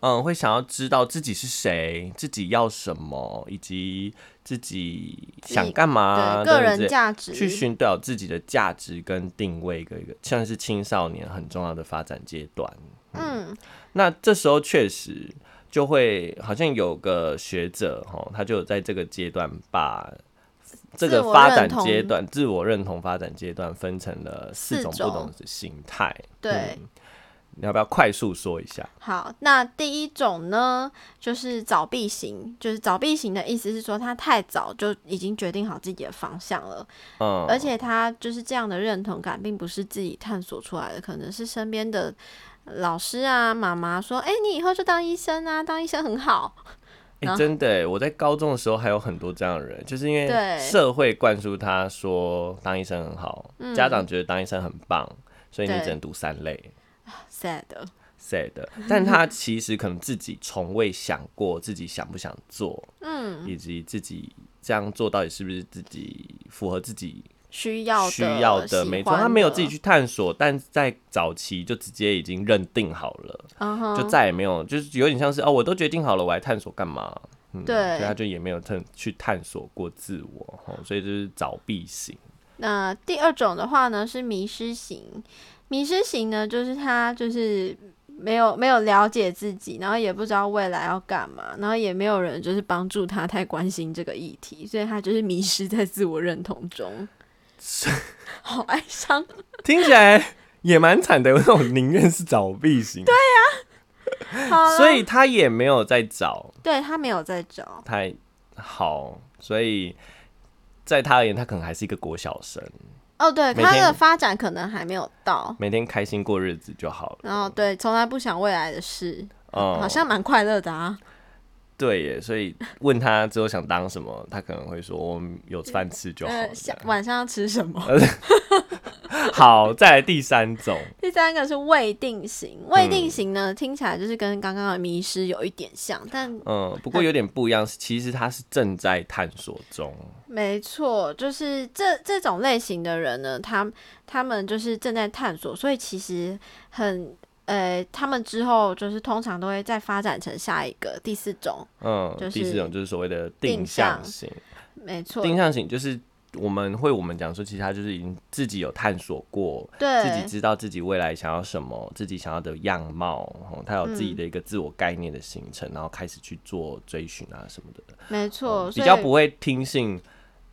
[SPEAKER 2] 嗯，会想要知道自己是谁，自己要什么，以及自己想干嘛，
[SPEAKER 1] 对个
[SPEAKER 2] 啊对不
[SPEAKER 1] 人
[SPEAKER 2] 对
[SPEAKER 1] 价值
[SPEAKER 2] 去寻找自己的价值跟定位，一个一个像是青少年很重要的发展阶段。
[SPEAKER 1] 嗯，
[SPEAKER 2] 那这时候确实就会好像有个学者哈，他就有在这个阶段把这个发展阶段自我认同发展阶段分成了四种
[SPEAKER 1] 四
[SPEAKER 2] 不
[SPEAKER 1] 种
[SPEAKER 2] 同的形态。嗯
[SPEAKER 1] 对。
[SPEAKER 2] 你要不要快速说一下？
[SPEAKER 1] 好，那第一种呢，就是早闭型，就是早闭型的意思是说，他太早就已经决定好自己的方向了，
[SPEAKER 2] 嗯，
[SPEAKER 1] 而且他就是这样的认同感，并不是自己探索出来的，可能是身边的老师啊、妈妈说：“哎、你以后就当医生啊，当医生很好。
[SPEAKER 2] 哎、
[SPEAKER 1] 然后
[SPEAKER 2] 真的耶，我在高中的时候还有很多这样的人，就是因
[SPEAKER 1] 对
[SPEAKER 2] 为社会灌输他说当医生很好，家长觉得当医生很棒，所以你
[SPEAKER 1] 嗯对
[SPEAKER 2] 只能读三类。
[SPEAKER 1] ”sad，
[SPEAKER 2] sad，但他其实可能自己从未想过自己想不想做，
[SPEAKER 1] 嗯，
[SPEAKER 2] 以及自己这样做到底是不是自己符合自己
[SPEAKER 1] 需要的、
[SPEAKER 2] 需要
[SPEAKER 1] 的，
[SPEAKER 2] 的。没错，他没有自己，去探索，但在早期就直接已经认定好了，
[SPEAKER 1] 嗯哼，
[SPEAKER 2] 就再也没有，就是有点像是哦，我都决定好了，我还探索干嘛？嗯，
[SPEAKER 1] 对
[SPEAKER 2] 所以他就也没有探去探索过自我，哦所以就是早必型。
[SPEAKER 1] 那第二种的话呢是迷失型，迷失型呢就是他就是没有没有了解自己，然后也不知道未来要干嘛，然后也没有人就是帮助他太关心这个议题，所以他就是迷失在自我认同 中。好哀伤，
[SPEAKER 2] 听起来也蛮惨的，我 那种宁愿是早必型。对
[SPEAKER 1] 好啦
[SPEAKER 2] 所以他也没有在找
[SPEAKER 1] 对他没有在找，
[SPEAKER 2] 太好，所以在他而言，他可能还是一个国小生，
[SPEAKER 1] 哦，对，
[SPEAKER 2] 每
[SPEAKER 1] 他
[SPEAKER 2] 天
[SPEAKER 1] 的发展可能还没有到，
[SPEAKER 2] 每天开心过日子就好了。
[SPEAKER 1] 然后对，从来不想未来的事，
[SPEAKER 2] 嗯
[SPEAKER 1] 好像蛮快乐的啊。
[SPEAKER 2] 对耶，所以问他之后想当什么，他可能会说我们有饭吃就好了
[SPEAKER 1] 呃，。下晚上要吃什么？
[SPEAKER 2] 好，再来第三种，
[SPEAKER 1] 第三个是未定型，
[SPEAKER 2] 嗯
[SPEAKER 1] 未定型呢、听起来就是跟刚刚的迷失有一点像，但
[SPEAKER 2] 嗯，不过有点不一样，其实他是正在探索中，
[SPEAKER 1] 没错，就是这这种类型的人呢，他他们就是正在探索，所以其实很呃，他们之后就是通常都会再发展成下一个第四种，
[SPEAKER 2] 嗯，
[SPEAKER 1] 就是
[SPEAKER 2] 第四种就是所谓的
[SPEAKER 1] 定
[SPEAKER 2] 定
[SPEAKER 1] 向
[SPEAKER 2] 向型，
[SPEAKER 1] 没错，
[SPEAKER 2] 定向型就是我们会我们讲说，其实他就是已经自己有探索过，自己
[SPEAKER 1] 对
[SPEAKER 2] 知道自己未来想要什么，自己想要的样貌，哦，他有自己的
[SPEAKER 1] 嗯
[SPEAKER 2] 一个自我概念的形成，然后开始去做追寻啊什么的，
[SPEAKER 1] 没错，
[SPEAKER 2] 哦比
[SPEAKER 1] 哦所以
[SPEAKER 2] 较不会听信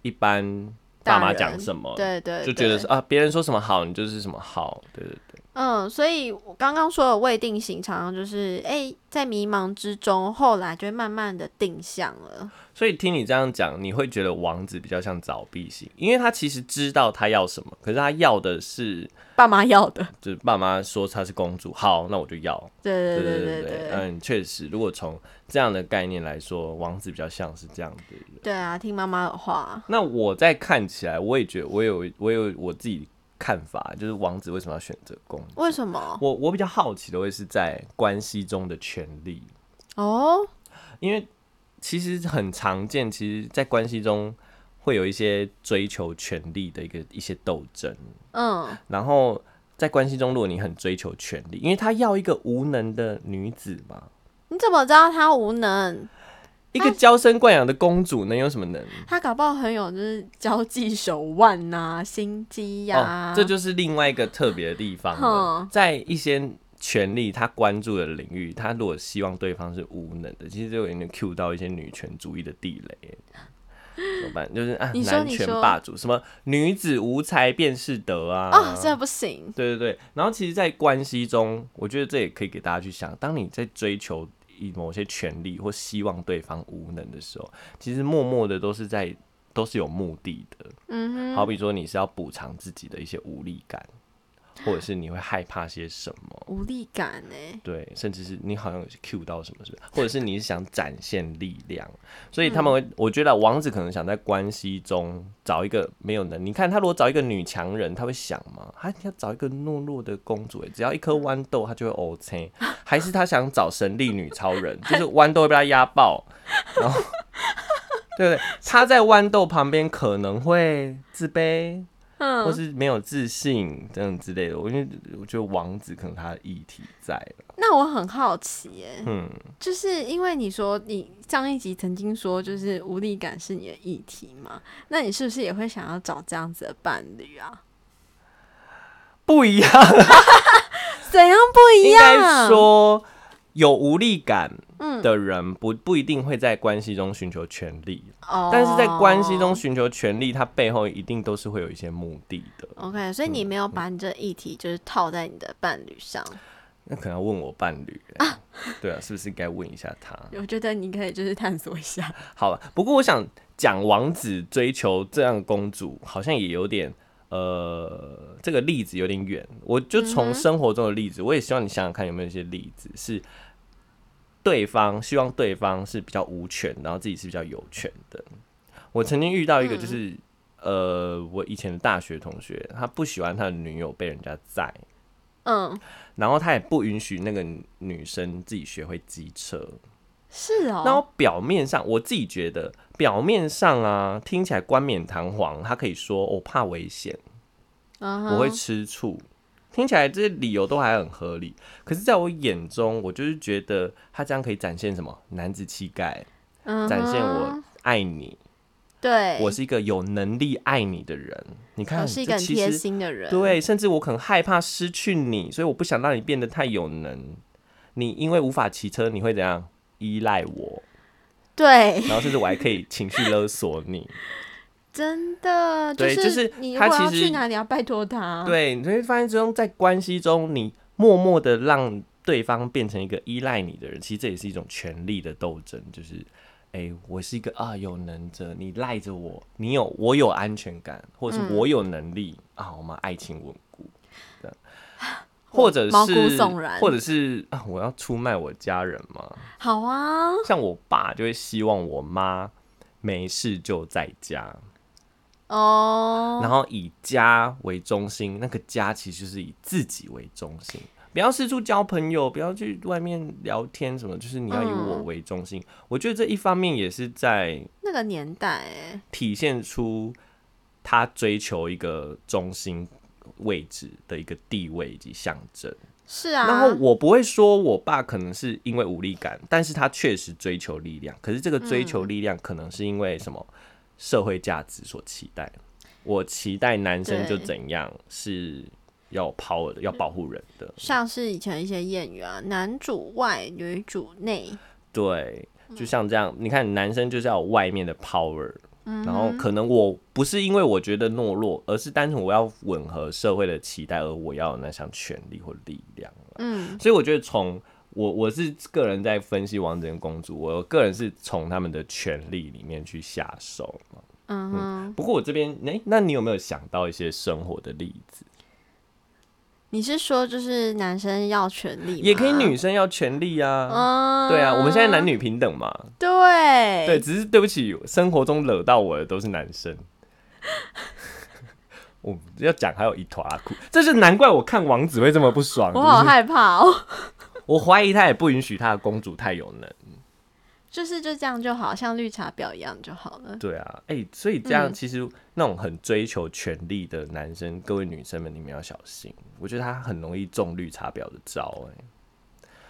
[SPEAKER 2] 一般爸妈讲什么，
[SPEAKER 1] 对对，
[SPEAKER 2] 就觉得
[SPEAKER 1] 对
[SPEAKER 2] 是啊，别人说什么好，你就是什么好，对对对，
[SPEAKER 1] 嗯，所以我刚刚说的未定型，常常就是哎、在迷茫之中，后来就会慢慢的定向了。
[SPEAKER 2] 所以听你这样讲，你会觉得王子比较像早闭型，因为他其实知道他要什么，可是他要的是，
[SPEAKER 1] 爸妈要的，
[SPEAKER 2] 就是爸妈说她是公主，好，那我就要。
[SPEAKER 1] 对对
[SPEAKER 2] 对
[SPEAKER 1] 对
[SPEAKER 2] 对，
[SPEAKER 1] 对，
[SPEAKER 2] 嗯，确实，如果从这样的概念来说，王子比较像是这样的人。
[SPEAKER 1] 对啊，听妈妈的话，
[SPEAKER 2] 那我在看起来，我也觉得我有我有我自己看法，就是王子为什么要选择公主？
[SPEAKER 1] 为什么？
[SPEAKER 2] 我我比较好奇的会是在关系中的权利，
[SPEAKER 1] 哦，
[SPEAKER 2] 因为其实很常见，其实，在关系中会有一些追求权利的一个一些斗争，
[SPEAKER 1] 嗯，
[SPEAKER 2] 然后在关系中，如果你很追求权利，因为他要一个无能的女子嘛，
[SPEAKER 1] 你怎么知道他无能？
[SPEAKER 2] 一
[SPEAKER 1] 啊
[SPEAKER 2] 个娇生惯养的公主能有什么能？
[SPEAKER 1] 他搞不好很有就是交际手腕呐、心机呀、
[SPEAKER 2] 哦，这就是另外一个特别的地方了
[SPEAKER 1] 哼。
[SPEAKER 2] 在一些权力他关注的领域，他如果希望对方是无能的，其实就有点 cue 到一些女权主义的地雷。怎么办？就是啊，
[SPEAKER 1] 你说
[SPEAKER 2] 男
[SPEAKER 1] 你
[SPEAKER 2] 权
[SPEAKER 1] 说
[SPEAKER 2] 霸主，什么女子无才便是德啊，
[SPEAKER 1] 啊，这不行。
[SPEAKER 2] 对对对。然后其实，在关系中，我觉得这也可以给大家去想，当你在追求以某些权利或希望对方无能的时候，其实默默的都是在都是有目的的。
[SPEAKER 1] 嗯
[SPEAKER 2] 好比说你是要补偿自己的一些无力感，或者是你会害怕些什么，
[SPEAKER 1] 哼，无力感哎、
[SPEAKER 2] 对，甚至是你好像有 cue 到什么是不是，或者是你是想展现力量，所以他们会，我觉得王子可能想在关系中找一个没有能，你看他如果找一个女强人，他会想吗？他要找一个懦弱的公主、欸，只要一颗豌豆，他就会 O K，还是他想找神力女超人，就是豌豆会被他压爆，然后。对不对？他在豌豆旁边可能会自卑，或
[SPEAKER 1] 嗯，
[SPEAKER 2] 是没有自信这样之类的。我因为我觉得王子可能他的议题在了，
[SPEAKER 1] 那我很好奇哎、
[SPEAKER 2] 嗯，
[SPEAKER 1] 就是因为你说你上一集曾经说就是无力感是你的议题嘛，那你是不是也会想要找这样子的伴侣啊？
[SPEAKER 2] 不一样，
[SPEAKER 1] 怎样不一
[SPEAKER 2] 应
[SPEAKER 1] 样？
[SPEAKER 2] 该说有无力感
[SPEAKER 1] 嗯
[SPEAKER 2] 的人不不一定会在关系中寻求权利，
[SPEAKER 1] 哦
[SPEAKER 2] 但是在关系中寻求权利，它背后一定都是会有一些目的的。
[SPEAKER 1] ，OK，所以
[SPEAKER 2] 嗯
[SPEAKER 1] 你没有把你这议题就是套在你的伴侣上，
[SPEAKER 2] 那可能要问我伴侣、欸，对啊，是不是该问一下他？
[SPEAKER 1] 我觉得你可以就是探索一 下。
[SPEAKER 2] 好了，不过我想讲王子追求这样的公主，好像也有点呃，这个例子有点远。我就从生活中的例子，我也希望你想想看有没有一些例子是对方希望对方是比较无权，然后自己是比较有权的。我曾经遇到一个就是。呃，我以前的大学同学，他不喜欢他的女友被人家载，
[SPEAKER 1] 嗯，
[SPEAKER 2] 然后他也不允许那个女生自己学会机车。
[SPEAKER 1] 是哦，
[SPEAKER 2] 然后表面上，我自己觉得表面上啊，听起来冠冕堂皇，他可以说我、怕危险，
[SPEAKER 1] 嗯哼
[SPEAKER 2] 我会吃醋，听起来这些理由都还很合理。可是，在我眼中，我就是觉得他这样可以展现什么男子气概，
[SPEAKER 1] 嗯哼
[SPEAKER 2] 展现我爱你，
[SPEAKER 1] 对，
[SPEAKER 2] 我是一个有能力爱你的人。你看，
[SPEAKER 1] 我是一个
[SPEAKER 2] 这
[SPEAKER 1] 很
[SPEAKER 2] 其
[SPEAKER 1] 贴
[SPEAKER 2] 实
[SPEAKER 1] 心的人，，
[SPEAKER 2] 对，甚至我很害怕失去你，所以我不想让你变得太有能。你因为无法骑车，你会怎样？依赖我。
[SPEAKER 1] 对，
[SPEAKER 2] 然后甚至我还可以情绪勒索你。
[SPEAKER 1] 真的，
[SPEAKER 2] 对
[SPEAKER 1] 是、
[SPEAKER 2] 就是
[SPEAKER 1] 你如
[SPEAKER 2] 他
[SPEAKER 1] 果要
[SPEAKER 2] 其实
[SPEAKER 1] 去哪里要拜托他，，
[SPEAKER 2] 对，你会发现中在关系中，你默默的让对方变成一个依赖你的人，其实这也是一种权力的斗争，就是。哎、我是一个啊有能者，你赖着我，你有我有安全感，或者是我有能力、啊，我们爱情稳固，这样，或者
[SPEAKER 1] 毛骨
[SPEAKER 2] 是
[SPEAKER 1] 悚然
[SPEAKER 2] 或者是啊，我要出卖我家人嘛，
[SPEAKER 1] 好啊，
[SPEAKER 2] 像我爸就会希望我妈没事就在家，
[SPEAKER 1] 哦，
[SPEAKER 2] 然后以家为中心，那个家其实就是以自己为中心，不要四处交朋友，不要去外面聊天什么，就是你要以我
[SPEAKER 1] 嗯
[SPEAKER 2] 为中心。我觉得这一方面也是在
[SPEAKER 1] 那个年代、欸，
[SPEAKER 2] 体现出他追求一个中心位置的一个地位以及象征。
[SPEAKER 1] 是啊，
[SPEAKER 2] 然后我不会说我爸可能是因为无力感，但是他确实追求力量。可是这个追求力量，可能是因为什么社会价值所期待。我期待男生就
[SPEAKER 1] 对
[SPEAKER 2] 怎样是要 power 的，要保护人的。
[SPEAKER 1] 像是以前一些谚语啊，男主外，女主内，
[SPEAKER 2] 对，就像这样，你看男生就是要有外面的 power，然后可能我不是因为我觉得懦弱，而是单纯我要吻合社会的期待，而我要有那项权利或力量啦
[SPEAKER 1] 嗯
[SPEAKER 2] 所以我觉得从我我是个人在分析王子跟公主，我个人是从他们的权利里面去下手嘛。
[SPEAKER 1] 嗯哼，
[SPEAKER 2] 不过我这边，哎、那你有没有想到一些生活的例子？
[SPEAKER 1] 你是说就是男生要权利，
[SPEAKER 2] 也可以女，生要权利啊，
[SPEAKER 1] 嗯，
[SPEAKER 2] 对啊，我们现在男女平等嘛。
[SPEAKER 1] 对
[SPEAKER 2] 对，只是对不起，生活中惹到我的都是男生。 我要讲还有一坨阿库，这是难怪我看王子会这么不爽。
[SPEAKER 1] 我好
[SPEAKER 2] 就是
[SPEAKER 1] 害怕哦，
[SPEAKER 2] 我怀疑他也不允许他的公主太有能。
[SPEAKER 1] 就是就这样就好，像绿茶婊一样就好了。
[SPEAKER 2] 对啊，哎、所以这样
[SPEAKER 1] 嗯
[SPEAKER 2] 其实那种很追求权力的男生，各位女生们你们要小心，我觉得他很容易中绿茶婊的招、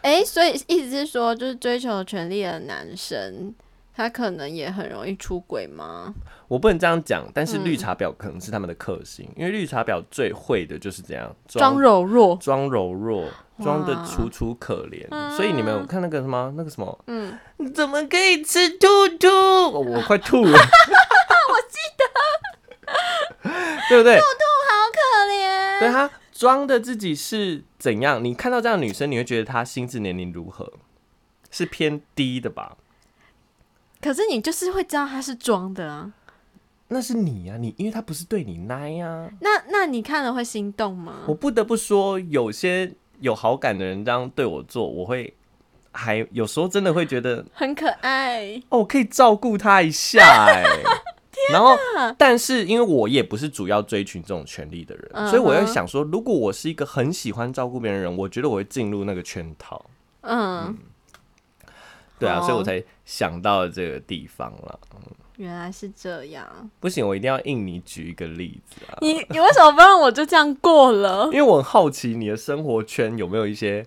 [SPEAKER 2] 哎，
[SPEAKER 1] 哎、所以意思是说，就是追求权力的男生，他可能也很容易出轨吗？
[SPEAKER 2] 我不能这样讲，但是
[SPEAKER 1] 嗯
[SPEAKER 2] 绿茶婊可能是他们的克星，因为绿茶婊最会的就是怎样
[SPEAKER 1] 装柔弱，
[SPEAKER 2] 装柔弱，装的
[SPEAKER 1] 哇
[SPEAKER 2] 楚楚可怜。
[SPEAKER 1] 嗯
[SPEAKER 2] 所以你们有看那个什么那个什么，
[SPEAKER 1] 嗯，
[SPEAKER 2] 你怎么可以吃兔兔？哦我快吐了。我记 得， 对不对？
[SPEAKER 1] 可怜。
[SPEAKER 2] 对她装的自己是怎样？你看到这样的女生，你会觉得她心智年龄如何？是偏低的吧？
[SPEAKER 1] 可是你就是会知道他是装的啊。
[SPEAKER 2] 那是你啊，你因为她不是对你奶啊。
[SPEAKER 1] 那那你看了会心动吗
[SPEAKER 2] 我？不得不说，有些有好感的人这样对我做，我会还有时候真的会觉得
[SPEAKER 1] 很可爱，
[SPEAKER 2] 哦，我可以照顾他一下 哎、然后，但是因为我也不是主要追寻这种权利的人，
[SPEAKER 1] 嗯哼
[SPEAKER 2] 所以我要想说，如果我是一个很喜欢照顾别人的人，我觉得我会进入那个圈套。
[SPEAKER 1] 嗯，
[SPEAKER 2] 对啊，
[SPEAKER 1] 哦
[SPEAKER 2] 所以我才想到这个地方了。
[SPEAKER 1] 原来是这样。
[SPEAKER 2] 不行，我一定要应你举一个例子啊，
[SPEAKER 1] 你你为什么不让我就这样过了
[SPEAKER 2] 因？为我很好奇你的生活圈有没有一些，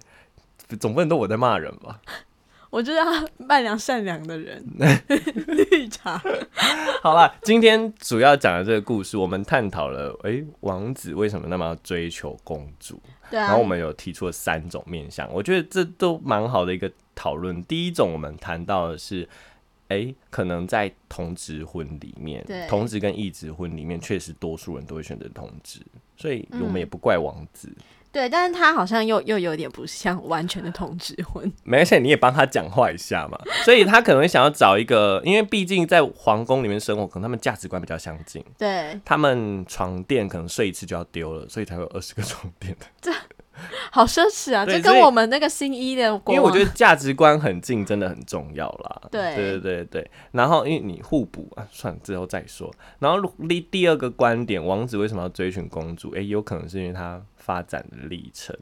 [SPEAKER 2] 总不能都我在骂人吧？
[SPEAKER 1] 我就是他善良善良的人， 绿茶。
[SPEAKER 2] 好啦，今天主要讲的这个故事，我们探讨了，诶，王子为什么那么要追求公主？
[SPEAKER 1] 对啊，
[SPEAKER 2] 然后我们有提出了三种面向，我觉得这都蛮好的一个讨论。第一种我们谈到的是，诶，可能在同职婚里面
[SPEAKER 1] 对，
[SPEAKER 2] 同职跟异职婚里面，确实多数人都会选择同职，所以我
[SPEAKER 1] 嗯
[SPEAKER 2] 们也不怪王子。
[SPEAKER 1] 对，但是他好像又又有点不像完全的同志婚。
[SPEAKER 2] 没而且你也帮他讲话一下嘛，所以他可能会想要找一个，因为毕竟在皇宫里面生活，可能他们价值观比较相近，
[SPEAKER 1] 对，
[SPEAKER 2] 他们床垫可能睡一次就要丢了，所以才会有二十个床垫。
[SPEAKER 1] 好奢侈啊！
[SPEAKER 2] 对
[SPEAKER 1] 这
[SPEAKER 2] 所
[SPEAKER 1] 跟
[SPEAKER 2] 以
[SPEAKER 1] 我们那个新一的
[SPEAKER 2] 因
[SPEAKER 1] 国
[SPEAKER 2] 为
[SPEAKER 1] 王，
[SPEAKER 2] 我觉得价值观很近真的很重要啦。
[SPEAKER 1] 对
[SPEAKER 2] 对对对对然后因为你互补啊，算了之后再说。然后第第二个观点，王子为什么要追寻公主？诶、有可能是因为他发展的历程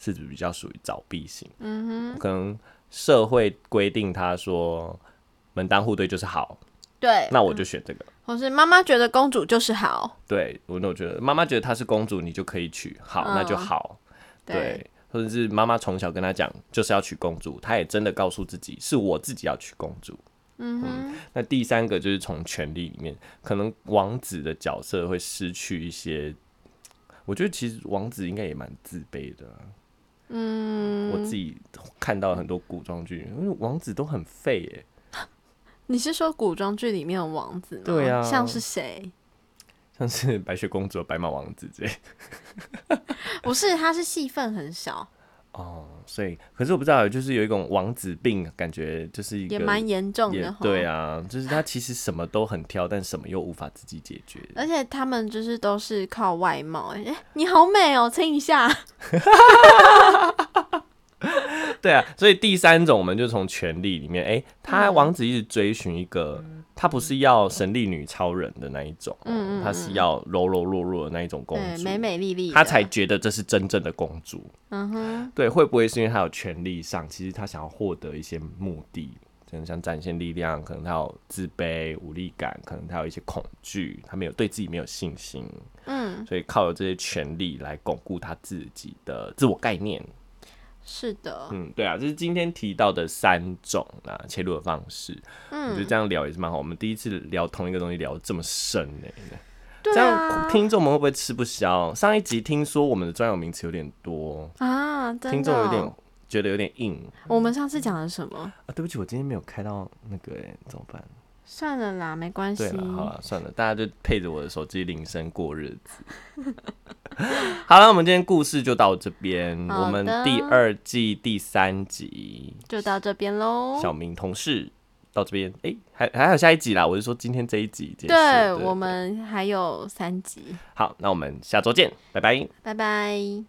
[SPEAKER 2] 是比较属于早闭型，
[SPEAKER 1] 嗯哼，
[SPEAKER 2] 可能社会规定他说门当户对就是好，
[SPEAKER 1] 对，
[SPEAKER 2] 那我就选这个。
[SPEAKER 1] 或是妈妈觉得公主就是好，
[SPEAKER 2] 对我那我觉得妈妈觉得她是公主，你就可以娶，好
[SPEAKER 1] 嗯
[SPEAKER 2] 那就好。
[SPEAKER 1] 对，
[SPEAKER 2] 对，或者是妈妈从小跟她讲就是要娶公主，她也真的告诉自己是我自己要娶公主。
[SPEAKER 1] 嗯哼，
[SPEAKER 2] 那第三个就是从权力里面，可能王子的角色会失去一些。我觉得其实王子应该也蛮自卑的啊、
[SPEAKER 1] 嗯，
[SPEAKER 2] 我自己看到很多古装剧，因为王子都很废耶、
[SPEAKER 1] 你是说古装剧里面的王子吗？
[SPEAKER 2] 对啊
[SPEAKER 1] 像是谁？
[SPEAKER 2] 像是白雪公主、白马王子之类的。
[SPEAKER 1] 不是，他是戏份很少，
[SPEAKER 2] 哦，所以可是我不知道，就是有一种王子病，感觉就是一个
[SPEAKER 1] 也蛮严重
[SPEAKER 2] 也
[SPEAKER 1] 的。
[SPEAKER 2] 对
[SPEAKER 1] 啊，
[SPEAKER 2] 啊，就是他其实什么都很挑，但什么又无法自己解决。
[SPEAKER 1] 而且他们就是都是靠外貌，哎、诶你好美哦，亲一下。
[SPEAKER 2] 对啊，所以第三种我们就从权力里面，哎、他
[SPEAKER 1] 嗯
[SPEAKER 2] 王子一直追寻一个，他不是要神力女超人的那一种，哦
[SPEAKER 1] 嗯嗯
[SPEAKER 2] 他是要柔柔弱弱的那一种公
[SPEAKER 1] 对，
[SPEAKER 2] 主，
[SPEAKER 1] 美美丽丽的，
[SPEAKER 2] 他才觉得这是真正的公主。
[SPEAKER 1] 嗯哼，
[SPEAKER 2] 对，会不会是因为他有权力上，其实他想要获得一些目的，可能想展现力量，可能他有自卑、无力感，可能他有一些恐惧，他没有对自己没有信心，
[SPEAKER 1] 嗯，
[SPEAKER 2] 所以靠着这些权力来巩固他自己的自我概念。
[SPEAKER 1] 是的，
[SPEAKER 2] 嗯，对啊，这是今天提到的三种啊切入的方式。我觉得
[SPEAKER 1] 嗯，
[SPEAKER 2] 这样聊也是蛮好。我们第一次聊同一个东西聊得这么深呢、
[SPEAKER 1] 对
[SPEAKER 2] 这
[SPEAKER 1] 啊
[SPEAKER 2] 样，听众们会不会吃不消？上一集听说我们的专有名词有点多，
[SPEAKER 1] 啊，真的哦
[SPEAKER 2] 听众有点觉得有点硬
[SPEAKER 1] 我们上次讲了什么？
[SPEAKER 2] 啊。对不起，我今天没有开到那个、欸，怎么办？
[SPEAKER 1] 算了啦，没关系
[SPEAKER 2] 对。了，好了，算了，大家就配着我的手机铃声过日子。 好了，我们今天故事就到这边，
[SPEAKER 1] 好
[SPEAKER 2] 我们
[SPEAKER 1] 的
[SPEAKER 2] 第二季第三集
[SPEAKER 1] 就到这边喽。
[SPEAKER 2] 小明同事到这边，哎、还还有下一集啦，我是说今天这一集结束。
[SPEAKER 1] 对我们还有三集，
[SPEAKER 2] 好，那我们下周见，拜拜。
[SPEAKER 1] 拜拜。